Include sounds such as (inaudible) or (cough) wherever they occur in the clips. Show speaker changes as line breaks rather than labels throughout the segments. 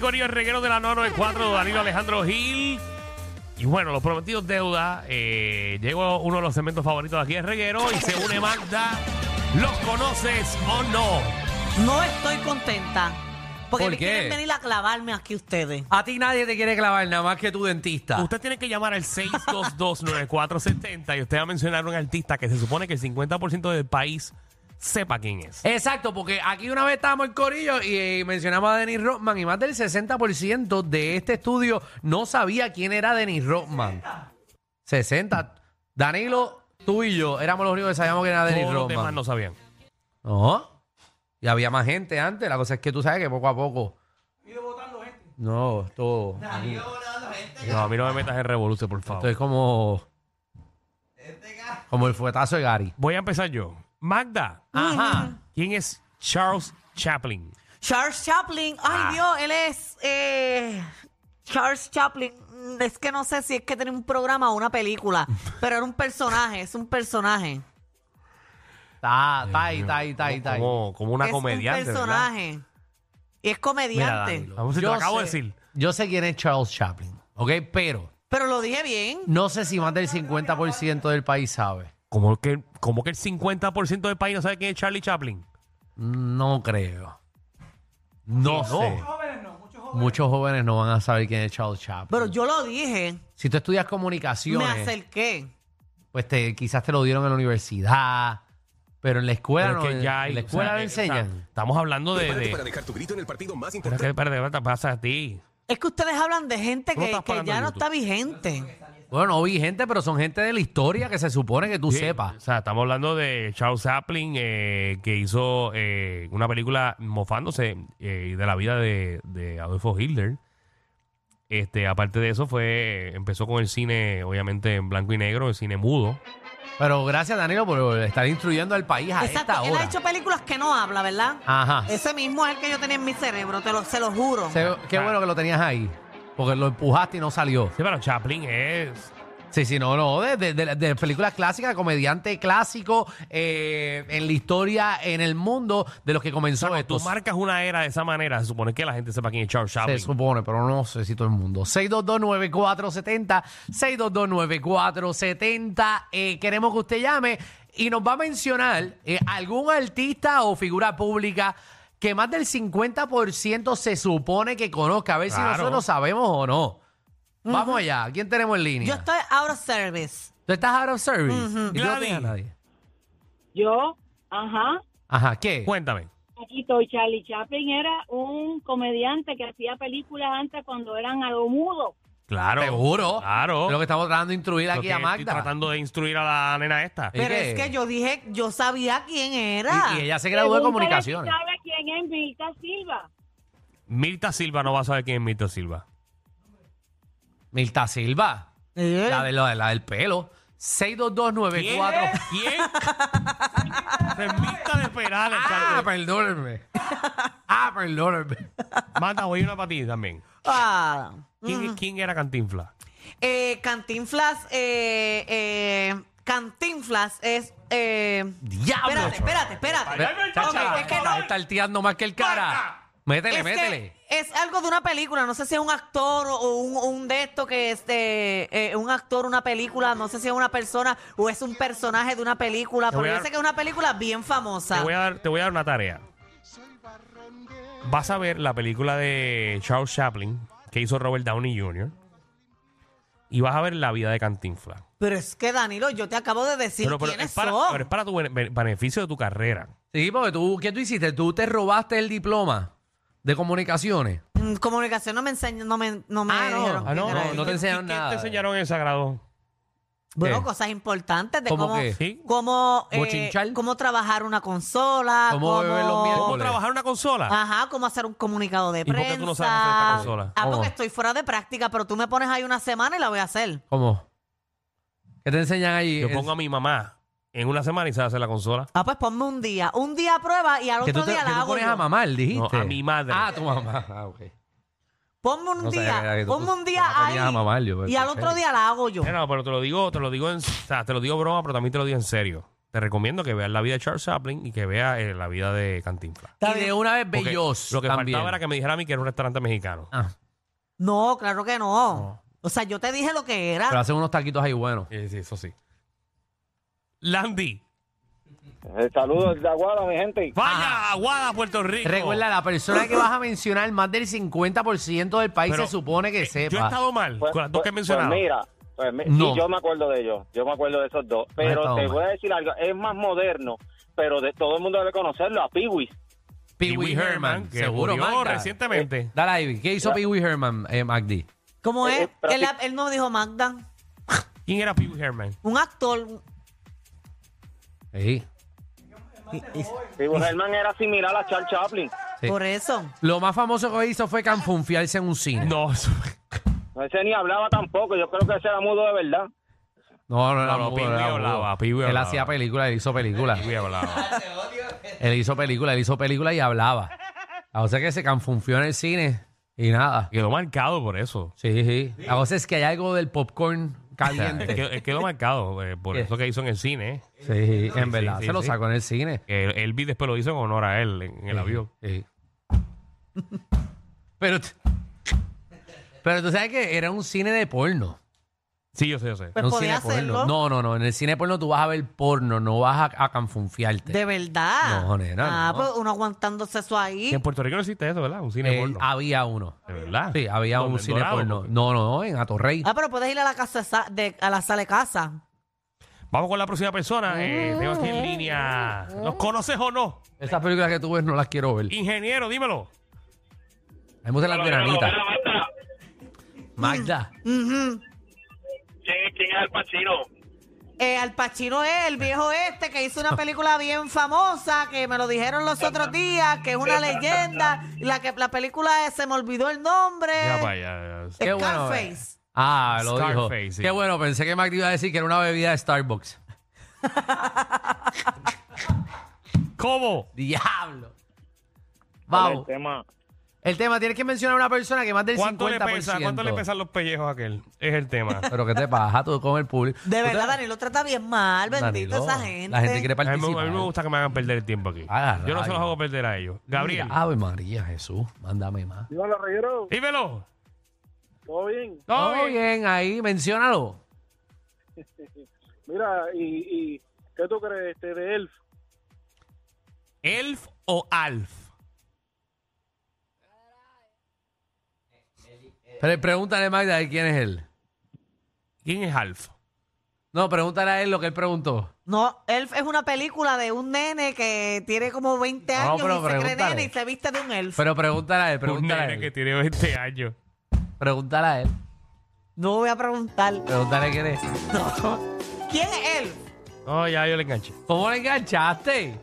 Corillo, el reguero de la 994, Danilo Alejandro Gil. Y bueno, los prometidos deuda. Eh, llegó uno de los segmentos favoritos de aquí el reguero y se une Magda. ¿Los conoces o no?
No estoy contenta. Porque
¿Por
me
qué?
quieren venir a clavarme aquí ustedes.
A ti nadie te quiere clavar, nada más que tu dentista.
Usted tiene que llamar al 622-9470 y usted va a mencionar a un artista que se supone que el 50% del país sepa quién es.
Exacto, porque aquí una vez estábamos en Corillo y, eh, mencionamos a Denis Rodman y más del 60% de este estudio no sabía quién era Denis Rodman. 60. Danilo, tú y yo éramos los únicos que sabíamos quién era Denis
Todos los demás
Rodman.
no sabían.
No. Y había más gente antes. La cosa es que tú sabes que poco a poco. No, esto,
No, a mí no me metas en revolución, por favor.
esto es como. Como el fuetazo de Gary.
Voy a empezar yo. Magda,
Ah. Ajá.
¿quién es Charles Chaplin?
Charles Chaplin, ay
Ah.
Dios, él es eh, Charles Chaplin. Mm, Es que no sé si es que tenía un programa o
(laughs)
una película, pero era un personaje, es un personaje.
Está, está ahí, está ahí, está ahí, está ahí.
Como, como una
es
comediante.
un
¿verdad?
personaje. Y es
Mira,
comediante.
Danilo, vamos, si te lo acabo de decir.
Yo sé quién es Charles Chaplin, ¿ok? Pero
pero lo dije bien.
no sé si más del 50% del país sabe.
¿Cómo que, cómo que el 50% del país no sabe quién es Charlie Chaplin?
No creo. No sé. Muchos jóvenes no van a saber quién es Charles Chaplin.
Pero yo lo dije.
si tú estudias
Me
comunicaciones,
acerqué.
pues te, quizás te lo dieron en la universidad, pero en la escuela
Pero es
no.
que
en-
ya hay-
en la
o sea,
escuela
eh,
le
o sea,
enseñan.
estamos hablando de...
Prepárate
de
para dejar tu grito en el partido
pero
más
es
importante.
que, espérate, ¿qué te pasa a ti?
Es que ustedes hablan de gente
Tú no
que,
estás
que
pagando
ya no
YouTube.
está vigente.
bueno, no vi gente, pero son gente de la historia que se supone que tú
Sí,
sepas.
O sea, estamos hablando de Charles Chaplin, eh, que hizo eh, una película mofándose eh, de la vida de, de Adolfo Hitler. Este, aparte de eso, fue empezó con el cine, obviamente, en blanco y negro, el cine mudo.
Pero gracias, Danilo, por estar instruyendo al país
Ah,
a
Exacto.
esta
Él
hora.
ha hecho películas que no habla, ¿verdad?
Ajá.
Ese mismo es el que yo tenía en mi cerebro, te lo, se lo juro.
Ah. Se- qué bueno que lo tenías ahí. Porque lo empujaste y no salió.
Sí, pero Chaplin es...
Sí, sí, no, no. De, de- de- de películas clásicas, comediante clásico eh, en la historia, en el mundo de los que comenzó
Cuando
esto.
tú marcas una era de esa manera, se supone que la gente sepa quién es Charles Chaplin.
Se supone, pero no sé si todo el mundo. 6229470, 6229470. Eh, queremos que usted llame y nos va a mencionar eh, algún artista o figura pública que más del 50% se supone que conozca. A ver
Claro.
si nosotros sabemos o no. Vamos allá. ¿Quién tenemos en línea?
Yo estoy out of service.
Tú estás out of service. Y tú no
Gladys.
tienes a nadie.
Yo, ajá,
Ajá, ¿qué?
Cuéntame.
aquí estoy. Charlie Chaplin era un comediante que hacía películas antes cuando eran algo mudo.
Claro.
Seguro.
Claro.
Es lo que estamos tratando de instruir
Lo
aquí
que
a
estoy
Magda. Eh.
tratando de instruir a la nena esta.
¿Y
Pero
qué?
es que yo dije, yo sabía quién era.
Y, y ella se graduó de
Pregúntale
comunicaciones.
si ¿Sabe quién es Vilta Silva?
Mirta Silva no va a saber quién es Mirta Silva.
Milta Silva.
Eh,
La, de, la, de- la del pelo. Pues 62294. (laughs)
¿Quién? Se Mirta de Perales.
Ah,
Carlos.
(laughs)
perdónenme. Ah, perdónenme.
Manda, voy a una para ti también.
ah,
¿Quién,
Mm.
quién era Cantinfla?
eh, Cantinflas, eh, eh, Cantinflas es... eh,
Diablo.
espérate, espérate, espérate.
Ve- chacha,
Ok, es que no,
Está tirando más que el cara. Métele,
es que
métele.
es algo de una película, no sé si es un actor o un, un de esto que es de, eh, un actor, una película, no sé si es una persona o es un personaje de una película,
Te
pero
voy a
yo
dar-
sé que es una película bien
Te
famosa.
voy, a dar, te voy a dar una tarea. Vas a ver la película de Charles Chaplin que hizo Robert Downey Jr. Y vas a ver la vida de Cantinfla.
Pero es que Danilo, yo te acabo de decir quiénes
es para,
son.
pero es para tu bene- bene- beneficio de tu carrera.
Sí, porque tú, ¿qué tú hiciste? Tú te robaste el diploma de comunicaciones.
Mm, Comunicación no me enseñó, no me, no me
Ah, no.
dijeron
Ah,
quién
no,
era
no,
él.
no te enseñaron
¿Y qué
nada.
te enseñaron en el sagrado?
Bueno,
¿Qué?
cosas importantes de
¿Cómo
cómo,
qué?
Sí.
cómo,
¿Cómo
eh,
chinchar?
cómo trabajar una consola,
¿Cómo beber los
¿Cómo
miércoles?
trabajar una consola?
Ah.
Ajá, cómo hacer un comunicado de
¿Y por
prensa.
qué tú no sabes hacer esta consola?
Ah,
¿Cómo?
porque estoy fuera de práctica, pero tú me pones ahí una semana y la voy a hacer.
¿Cómo? ¿Qué te enseñan ahí?
Yo
El-
pongo a mi mamá en una semana y se hace la consola.
Ah, pues ponme un día. Un día prueba y al
que
otro
tú, te,
día
que
la
tú
hago.
pones
yo.
a mamar, dijiste.
No, a mi madre.
Ah, tu mamá. Ah, ok.
Ponme un
No sabía que era
día,
que tú
ponme un día
te
ahí.
ponías a mamar, yo, pues,
y al
en
otro
serio.
día la hago yo.
Eh, no, pero te lo digo, te lo digo en, o sea, te lo digo broma, pero también te lo digo en serio. te recomiendo que veas la vida de Charles Chaplin y que veas eh, la vida de Cantinflas.
Y de una vez
Porque
Bellos
Lo que
también.
faltaba era que me dijera a mí que era un restaurante mexicano.
Ah,
No, claro que no. O sea, yo te dije lo que era.
pero hacen unos taquitos ahí buenos.
Eh, Sí, sí, eso sí. Landy.
Eh, Saludos de Aguada, mi gente.
Vaya, Aguada, Puerto Rico.
Recuerda, la persona que vas a mencionar, más del 50% del país
Pero,
se supone que sepa.
Eh, Yo he estado mal
Pues-
con las dos que he
pues-
mencionado.
pues mira, pues mi-
No.
sí, yo me acuerdo de ellos. Yo me acuerdo de esos dos. Pero
estado
te
mal.
voy a decir algo. Es más moderno, pero de todo el mundo debe conocerlo. A Piwis.
Pee Wee Herman,
que
seguro,
murió
Magda.
recientemente.
Dale, Ivy. ¿Qué hizo Pee Wee Herman, eh, Magdi?
¿Cómo
Eh,
es?
eh, pero
él,
sí.
él no dijo Magda.
¿Quién era Pee Wee Herman?
Un actor.
Sí,
Piwis Herman era similar a Charles Chaplin.
sí.
Por eso.
Lo más famoso que hizo fue canfunfiarse en un cine.
No, (laughs) eso-
Ese ni hablaba tampoco. Yo creo que ese era mudo de verdad.
No, no,
No,
no.
no,
mudo,
Pee Wee
era mudo.
hablaba, Pee Wee
Él
hablaba.
hacía películas, él hizo películas.
Pee Wee hablaba.
Él hizo películas, él hizo películas y hablaba. A José que se canfunfió en el cine y nada.
Quedó marcado por eso.
Sí, sí. La cosa es que hay algo del popcorn
Él (laughs) quedó,
caliente.
él quedó marcado eh, por
¿Qué?
eso que hizo en el cine.
Sí, en verdad.
sí, sí,
se lo
sí.
sacó en el cine.
El, Elvis después lo hizo en honor a él en, en el avión.
Sí. (laughs) Pero, t- pero tú sabes que era un cine de porno.
Sí, yo sé, yo sé.
Pues
Era un
podía
cine de porno.
hacerlo.
No, no, no. En el cine de porno tú vas a ver porno, no vas a, a canfunfiarte.
De verdad.
No, nena,
Ah,
no.
pues uno aguantándose eso ahí.
Que en Puerto Rico no existe eso, ¿verdad? Un cine
Eh,
porno.
había uno.
de verdad.
Sí, había
¿Dónde?
un
¿En
cine
Dorado?
porno. No, no, no, en Atorrey.
Ah, pero puedes ir a la casa de sa- de, a la sala de casa.
Vamos con la próxima persona.
Mm.
Eh, tengo aquí en línea. ¿Nos conoces o no?
Esas películas que tú ves no las quiero ver.
Ingeniero, dímelo.
A mí me gustan las veranitas. Magda.
Mm, Ujú.
¿Quién es el pachino?
Eh, Al Pacino es el viejo este que hizo una película bien famosa que me lo dijeron los otros días, que es una leyenda. La que la película es- se me olvidó el nombre.
Ya vaya.
Qué bueno,
Scarface.
eh. Ah, lo
Scarface,
dijo.
sí.
Qué bueno, pensé que Magda iba a decir que era una bebida de Starbucks.
¿Cómo?
¡Diablo!
El
Vamos.
tema.
El tema, tienes que mencionar a una persona que más del
¿Cuánto
50%.
le, pesa, ¿Cuánto le pesan los pellejos a aquel? Es el tema.
Pero ¿qué te pasa tú con el público?
De
Tú te-
verdad, Danilo trata bien mal, bendito
Danilo,
esa gente.
La gente quiere
A mí, me-
participar.
a mí me gusta que me hagan perder el tiempo aquí.
Ah,
Yo no se los
rayos.
hago perder a ellos. Gabriel,
Mira, Ah. Ave María, Jesús, mándame más.
Dímelo, reguero.
dímelo.
¿Todo bien?
Todo
Todo
bien.
bien, ahí, menciónalo.
Mira, y, ¿qué tú crees de Elf?
¿Elf o Alf?
Pero pregúntale, Magda, a él quién es él.
¿Quién es Alf?
No, pregúntale a él lo que él preguntó.
No, Elf es una película de un nene que tiene como 20
No,
años y
pero
se cree
pregúntale.
nene y se viste de un elf.
Pero pregúntale a él,
Un
pregúntale a
Pues nene que
él.
tiene 20 años.
Pregúntale a él.
No voy a preguntar.
Pregúntale quién es.
¿Quién es Elf?
No, ya yo le enganché.
¿Cómo le enganchaste?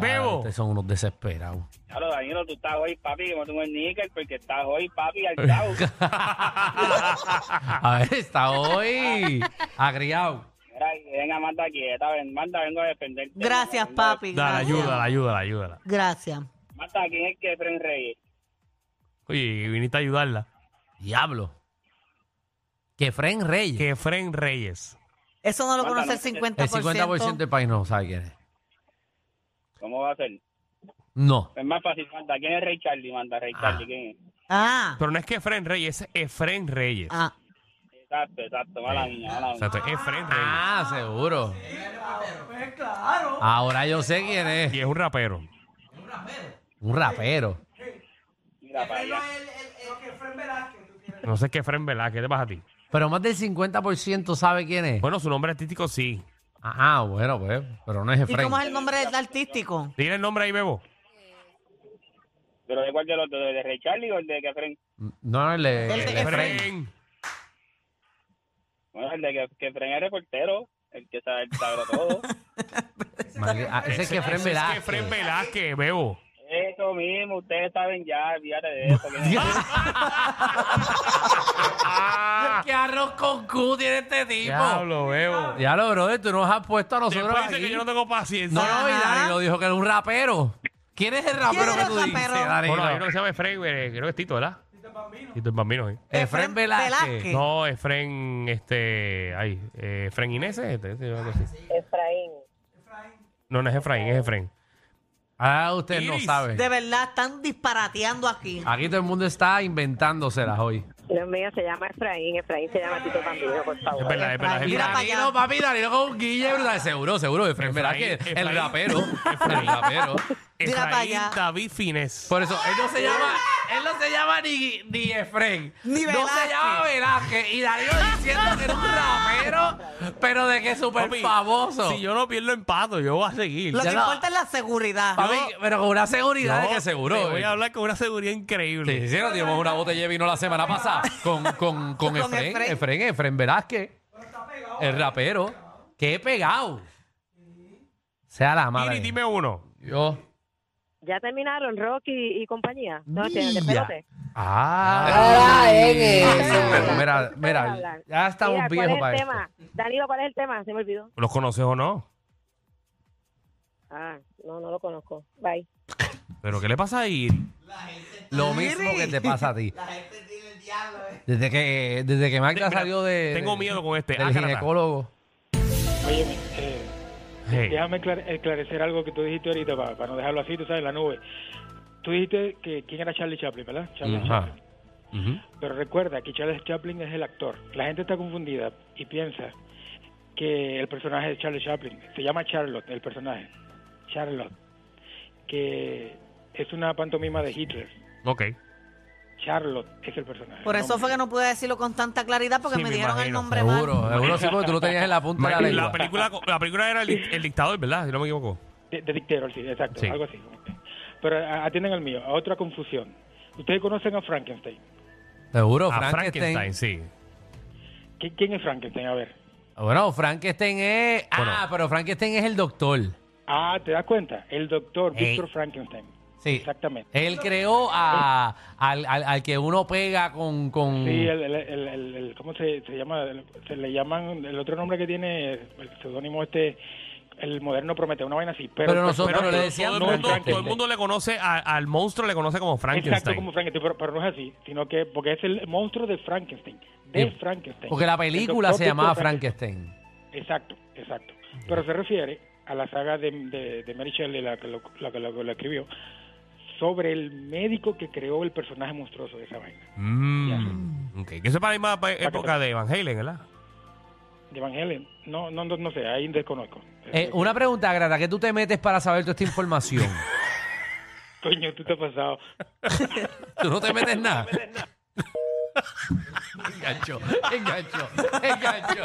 Bebo.
Ah, Ustedes son unos desesperados.
Claro, Danilo, tú estás hoy, papi, que no tengo el níquel porque estás hoy, papi, al chavo.
(laughs) A ver, está hoy agriado.
Mira, ven, Amanda, quieta, ven, Amanda, vengo a defenderte.
Gracias,
Amanda,
papi.
Dale,
gracias.
ayúdala, ayúdala, ayúdala.
Gracias.
Amanda, ¿quién es que Fren Reyes?
Oye, viniste a ayudarla.
Diablo. Que Fren Reyes.
Que Fren Reyes.
Eso no lo
Manda,
conoce el
no sé. El
50%.
El 50% del país no sabe quién es.
¿Cómo va a ser?
No.
Es más fácil, Amanda, ¿quién es Rey Charlie? Manda, Rey
Ah.
Charlie, ¿quién es?
Ah,
Pero no es que Efren Reyes, es Efren Reyes.
ah.
Exacto, exacto, mala niña, mala
O
niña.
sea, tú- Efren Reyes.
Ah, seguro.
Pues,
Ahora yo sé quién es.
Y es un rapero.
Un rapero.
Mira, para allá.
No sé qué Efren Velázquez, ¿qué te pasa a ti?
Pero más del 50% sabe quién es.
Bueno, su nombre artístico sí.
Ah, bueno, pues. Pero no es
¿Y
Efraín.
cómo es el nombre del artístico?
Dile el nombre ahí, Bebo.
¿Pero de cuál de los dos? ¿De Rey Charlie o el de que Fren?
No, el de,
El
el
de
de Efraín.
Efren.
Bueno, el de que, que Fren es reportero, el que sabe, sabe todo.
Mali- ah, ese es que Efraín
Ese Es que
Velázquez.
Efren Velázquez, Bebo.
eso mismo, ustedes saben ya, fíjate de eso. ¿quién es?
¡Qué arroz con Q tiene este tipo!
Diablo, Bebo.
Ya lo, brother, tú nos has puesto a nosotros
Después dice
aquí.
que yo no tengo paciencia.
No, no, y
Ajá.
Danilo dijo que era un rapero. ¿Quién es el rapero
¿Quién
que
es
tú
el
dices,
rapero?
Danilo?
Bueno, hay uno que se llama Efren, eh, creo que es Tito, ¿verdad? Tito el Bambino. Tito el Bambino, sí.
Efraín
Efraín
Velázquez.
Velázquez.
No, Efren, este, ay, eh, Efren Inés, este, este, algo así.
Efraín.
No, no es Efraín, es Efraín.
Ah, ustedes no
Iris.
saben.
De verdad, están disparateando aquí.
Ah,
Aquí todo el mundo está inventándoselas hoy.
Dios mío, se llama Efraín. Efraín se llama Tito Bambino, por
Es
favor.
verdad, es verdad. Es
Mira
Efraín.
pa' allá.
Danilo, papi, Danilo con un guille brutal. Seguro, seguro. Efraín, verá que
Efraín,
el
Efraín.
rapero. El
Efraín.
rapero.
Mira
Efraín
pa' allá.
David Fines.
Por eso, él no se llama, él no se llama ni, ni Efraín.
Ni
no se
Velázquez.
llama Velázquez. Y Danilo diciendo que era un rapero, pero de que es súper
Papi,
famoso.
Si yo no pierdo empato, yo voy a seguir.
Lo
ya
que
no.
importa es la seguridad.
Papi, pero con una seguridad de
No,
que seguro.
te voy
eh.
a hablar con una seguridad
Sí,
increíble.
sí, nos dimos una botella de vino la semana pasada con, con,
(laughs)
con
Con
Efren,
Efren.
Efren, Efren Velázquez, el rapero. ¡Qué pegado! Sea la madre.
Iris, dime uno.
Yo.
Ya terminaron Rocky y compañía. No,
Ya.
tienen despelote.
Ah,
eso.
mira, mira,
Hablar.
ya estamos
Mira, ¿cuál
viejos
es
para
el
esto.
tema? Danilo, ¿cuál es el tema? Se me olvidó.
¿Los conoces o no?
Ah, no, no lo conozco. Bye.
¿Pero qué le pasa a Iris?
Lo mismo que te pasa a ti. La gente tiene el diablo, eh. Desde que, desde que Magda
Mira,
salió de.
tengo
de-
miedo con este. Ah,
Del
carata.
ginecólogo.
Oye, eh,
Hey.
déjame aclar- esclarecer algo que tú dijiste ahorita para, para no dejarlo así, tú sabes, en la nube. Tú dijiste que quién era Charlie Chaplin, ¿verdad? Charlie
Ajá.
Chaplin.
Ujú.
Pero recuerda que Charles Chaplin es el actor. La gente está confundida y piensa que el personaje es Charles Chaplin. Se llama Charlotte, el personaje. Charlotte. Que es una pantomima de Hitler.
Ok.
Charlotte es el personaje.
Por eso fue que no pude decirlo con tanta claridad porque
Sí,
me
me
dieron el
imagino.
nombre mal.
Seguro, seguro sí, porque tú lo tenías en la punta de la
Ma-
lengua.
La película, la película era el, el dictador, ¿verdad? Si no me equivoco.
De, de dictador, sí, exacto.
Sí.
Algo así. Pero a- atienden al mío, a otra confusión. Ustedes conocen a Frankenstein.
Seguro,
A
Frankenstein.
Frankenstein, sí.
¿Qui- ¿Quién es Frankenstein? A ver.
Bueno, Frankenstein es. Ah,
Bueno.
pero Frankenstein es el doctor.
Ah, ¿te das cuenta? El doctor
Ey.
Víctor Frankenstein.
Sí.
Exactamente.
Él creó a, al, al- al que uno pega con. con...
Sí, el, el, el, el- el- ¿cómo se, se llama? El- Se le llaman, el otro nombre que tiene, el seudónimo este, el moderno Prometeo, una vaina así. Pero, pues,
Pero nosotros le
pero- pero
decíamos-
todo, el
es
mundo,
Frankenstein.
todo el mundo le conoce, a- al monstruo le conoce como
Exacto,
Frankenstein.
como Frankenstein, pero, pero no es así, sino que porque es el monstruo de Frankenstein, de
Sí,
Frankenstein.
Porque la
El
película
Dr.
se llamaba
Víctor
Frankenstein.
Exacto, exacto. Pero se refiere a la saga de, de, de Mary Shelley, la que lo, la que lo, lo escribió, sobre el médico que creó el personaje monstruoso de esa vaina,
Mm. Ok. Que eso es para la misma pa- época de Van Halen, ¿verdad?
de Van Helen. No, no, no, no sé, ahí desconozco.
Eh, una pregunta, Grata, ¿qué tú te metes para saber toda esta información?
Coño, tú te has pasado.
tú no te metes nada. engancho, engancho, engancho.